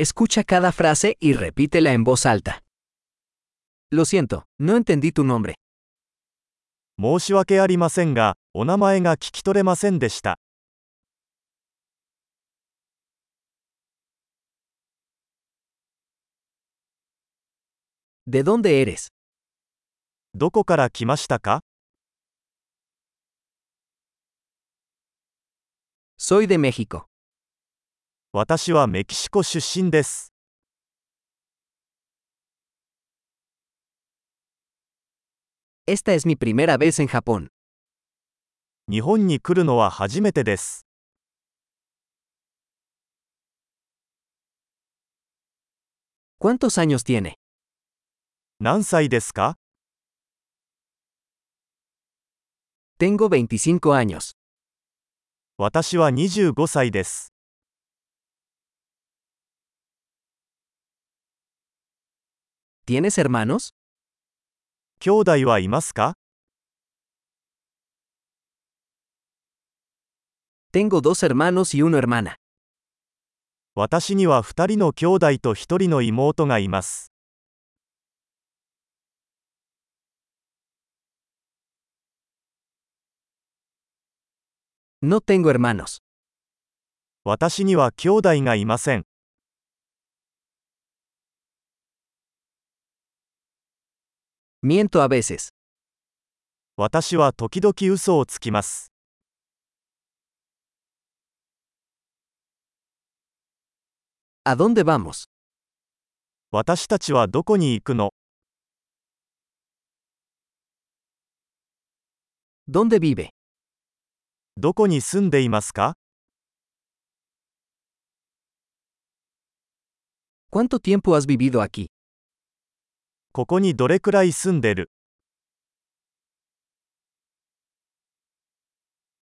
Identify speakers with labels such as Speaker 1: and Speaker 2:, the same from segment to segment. Speaker 1: Escucha cada frase y repítela en voz alta. Lo siento, no entendí tu nombre.
Speaker 2: 申し訳ありませんが、お名前が聞き取れませんでした。
Speaker 1: ¿De dónde eres?
Speaker 2: どこから来ましたか
Speaker 1: Soy de México.
Speaker 2: 私はメキシコ出身です。
Speaker 1: Esta es mi primera vez en Japón.
Speaker 2: 日本に来るのは初めてです。
Speaker 1: ¿Cuántos años tiene?
Speaker 2: 何歳ですか
Speaker 1: Tengo 25 años.
Speaker 2: 私は25歳です。
Speaker 1: ¿Tienes hermanos?
Speaker 2: 兄弟はいますか
Speaker 1: Tengo dos hermanos y una hermana.
Speaker 2: 私には2人の兄弟と1人の妹がいます。
Speaker 1: No tengo hermanos.
Speaker 2: 私には兄弟がいません。
Speaker 1: Miento a veces.
Speaker 2: 私は時々嘘をつきます。
Speaker 1: ¿A dónde vamos?
Speaker 2: 私たちはどこに行くの
Speaker 1: ¿Dónde vive?
Speaker 2: どこに住んでいますか
Speaker 1: ¿Cuánto tiempo has vivido aquí?
Speaker 2: ここにどれくらい住んでる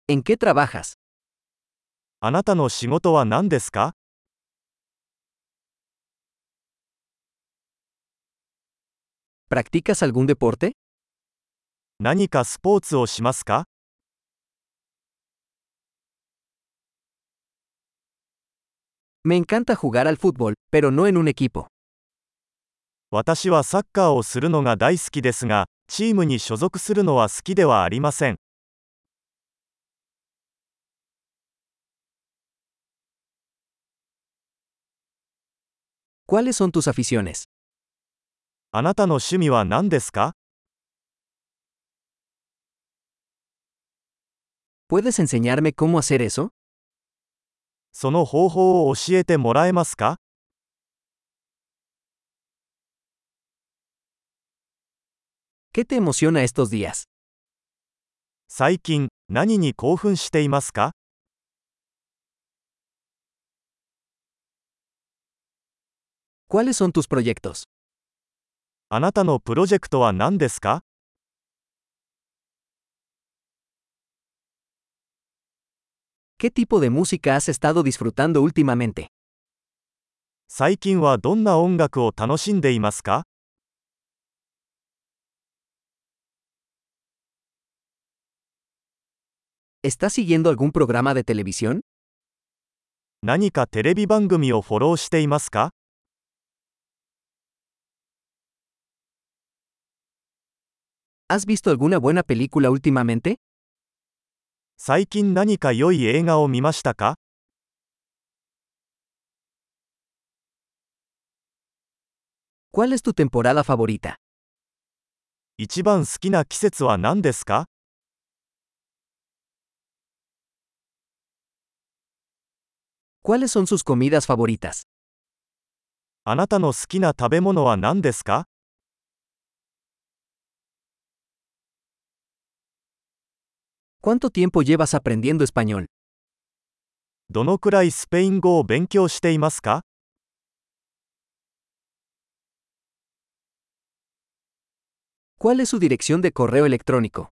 Speaker 1: ¿En qué trabajas?
Speaker 2: あなたの仕事は何ですか
Speaker 1: ¿Practicas algún deporte?
Speaker 2: 何かスポーツをしますか
Speaker 1: Me encanta jugar al fútbol, pero no en un equipo.
Speaker 2: 私はサッカーをするのが大好きですが、チームに所属するのは好きではありません。
Speaker 1: ¿Cuáles son tus aficiones?
Speaker 2: あなたの趣味は何ですか
Speaker 1: ¿Puedes enseñarme cómo hacer eso?
Speaker 2: その方法を教えてもらえますか
Speaker 1: ¿Qué te emociona estos días?
Speaker 2: 最近、何に興奮していますか
Speaker 1: ¿Cuáles son tus proyectos?
Speaker 2: あなたのプロジェクトは何ですか
Speaker 1: ¿Qué tipo de música has estado disfrutando últimamente?
Speaker 2: 最近はどんな音楽を楽しんでいますか
Speaker 1: ¿Estás siguiendo algún programa de televisión?
Speaker 2: 何かテレビ番組をフォローしていますか
Speaker 1: ¿Has visto alguna buena película últimamente?
Speaker 2: 最近何か良い映画を見ましたか
Speaker 1: ¿Cuál es tu temporada favorita?
Speaker 2: 一番好きな季節は何ですか
Speaker 1: ¿Cuáles son sus comidas favoritas?
Speaker 2: あなたの好きな食べ物は何ですか
Speaker 1: ¿Cuánto tiempo llevas aprendiendo español?
Speaker 2: どのくらいスペイン語を勉強していますか
Speaker 1: ¿Cuál es su dirección de correo electrónico?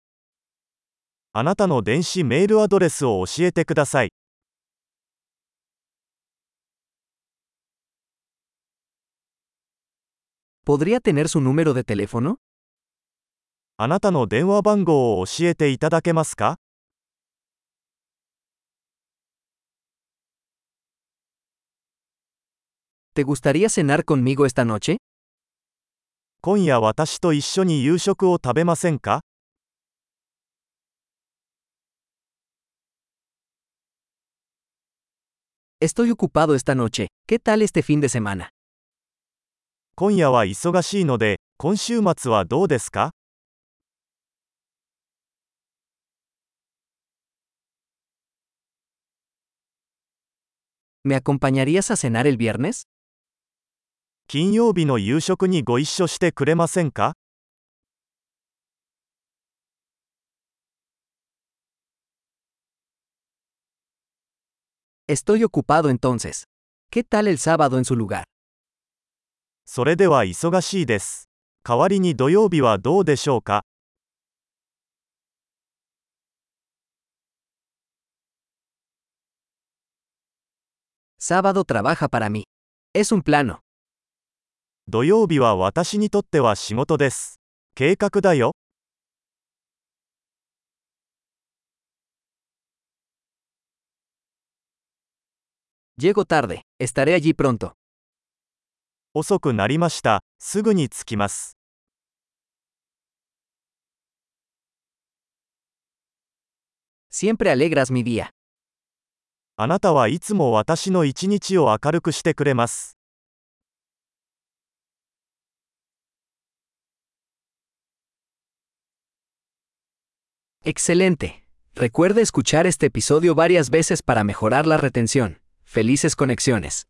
Speaker 2: あなたの電子メールアドレスを教えてください。
Speaker 1: ¿Podría tener su número de teléfono?
Speaker 2: あなたの電話番号を教えていただけますか
Speaker 1: ¿Te gustaría cenar conmigo esta noche?
Speaker 2: 今夜私と一緒に夕食を食べませんか
Speaker 1: Estoy ocupado esta noche. ¿Qué tal este fin de semana?
Speaker 2: 今夜は忙しいので、今週末はどうですか
Speaker 1: ¿Me acompañarías a cenar el viernes?
Speaker 2: 金曜日の夕食にご一緒してくれませんか
Speaker 1: Estoy ocupado entonces. ¿Qué tal el sábado en su lugar?
Speaker 2: それでは忙しいです。代わりに土曜日はどうでしょうか
Speaker 1: Sábado trabaja para mí. Es un plano.
Speaker 2: 土曜日は私にとっては仕事です。計画だよ。
Speaker 1: Llego tarde. Estaré allí pronto.
Speaker 2: 遅くなりました。すぐに着きます。
Speaker 1: Siempre alegras mi día.
Speaker 2: あなたはいつも私の一日を明るくしてくれます。
Speaker 1: Excelente. Recuerda escuchar este episodio varias veces para mejorar la retención. Felices conexiones.